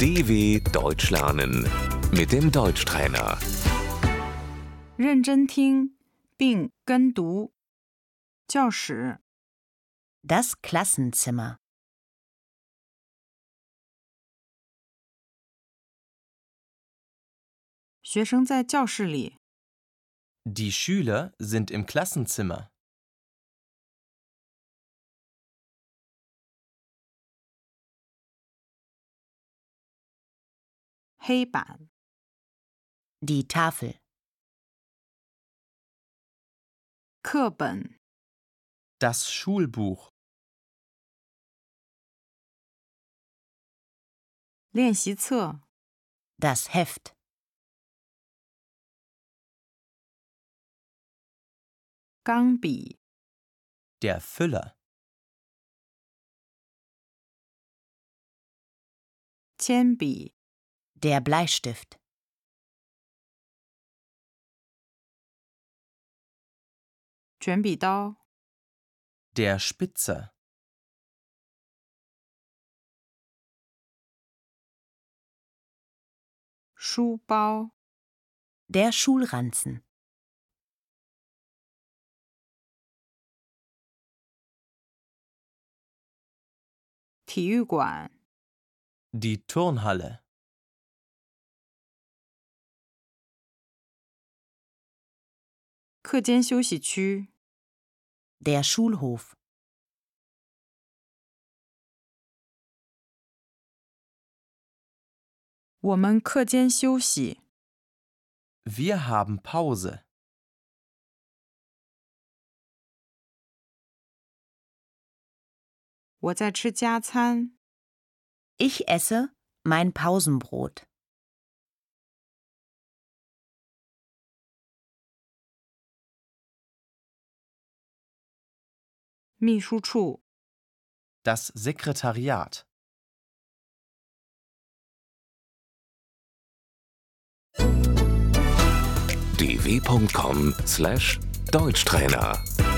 DW Deutsch lernen mit dem Deutschtrainer. 认真听并跟读。教室， Das Klassenzimmer. Schüler 学生在教室里。 Die Schüler sind im Klassenzimmer. Schüler 黑板， Die Tafel. 课本， Das Schulbuch. 练习册， Das Heft. 钢笔， Der Füller. 铅笔， Der Bleistift. 卷笔刀， Der Spitzer. 书包， Der Schulranzen. 体育馆， Die Turnhalle. 课间休息区， Der Schulhof. 我们课间休息。 Wir haben Pause. 我在吃加餐， Ich esse mein Pausenbrot. 秘书处， Das Sekretariat. dw.com/deutschtrainer